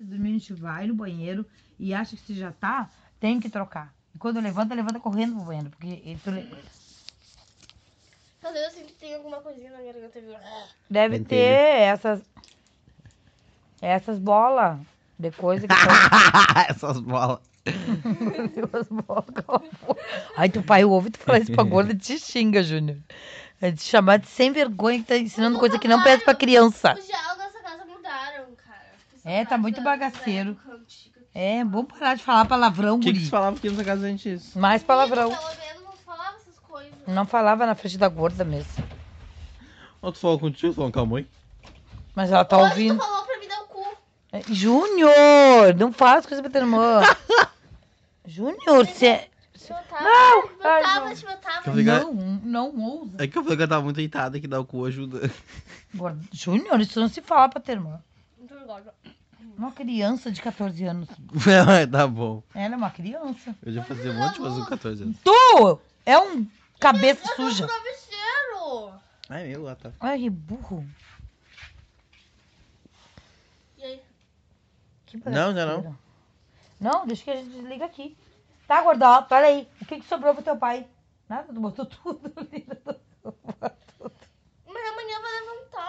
dormindo, a gente vai no banheiro e acha que se já tá, tem que trocar. E quando levanta, levanta correndo pro banheiro, porque ele tu le- Meu Deus, eu sinto que tem alguma coisinha na minha garganta. viu? deve Entendi. ter essas essas bolas de coisa que são Essas bolas. Duas bocas. Ai, teu pai ouve tu falar isso pra gorda, te xinga, Júnior. É de chamar de sem vergonha que tá ensinando coisa que não pede pra criança. Os diálogos dessa casa mudaram, cara. Fiquei Tá. É, tá saudade muito da- bagaceiro. da época antiga. É, bom parar de falar palavrão, O que, que tu guri. falava aqui na casa antes? Mais palavrão. Tá Pelo menos não falava essas coisas. Não falava na frente da gorda mesmo. Ou tu falou contigo, falou com a mãe? Mas ela tá Hoje ouvindo. tu falou pra me dar o cu. É, Júnior, não faz coisa pra tua irmã. Júnior, você é... Meu tava, não! Meu Ai, tablet, meu tablet. Tô ligado. Não, um, não ousa. É que eu falei que eu tava muito irritada que dá o cu ajuda. Gorda, Júnior, isso não se fala pra tua irmã. Muito legal. Uma criança de 14 anos. tá bom. Ela é uma criança. Eu já fazia um monte de coisa com 14 anos. Tu é um cabeça suja. Travesseiro! Ai, meu, lá tá. Ai, que burro. E aí? Que Não, já não. bagaceira. Não, deixa que a gente desliga aqui. Tá, gordola, olha aí. O que, que sobrou pro teu pai? Nada, tu botou tudo ali.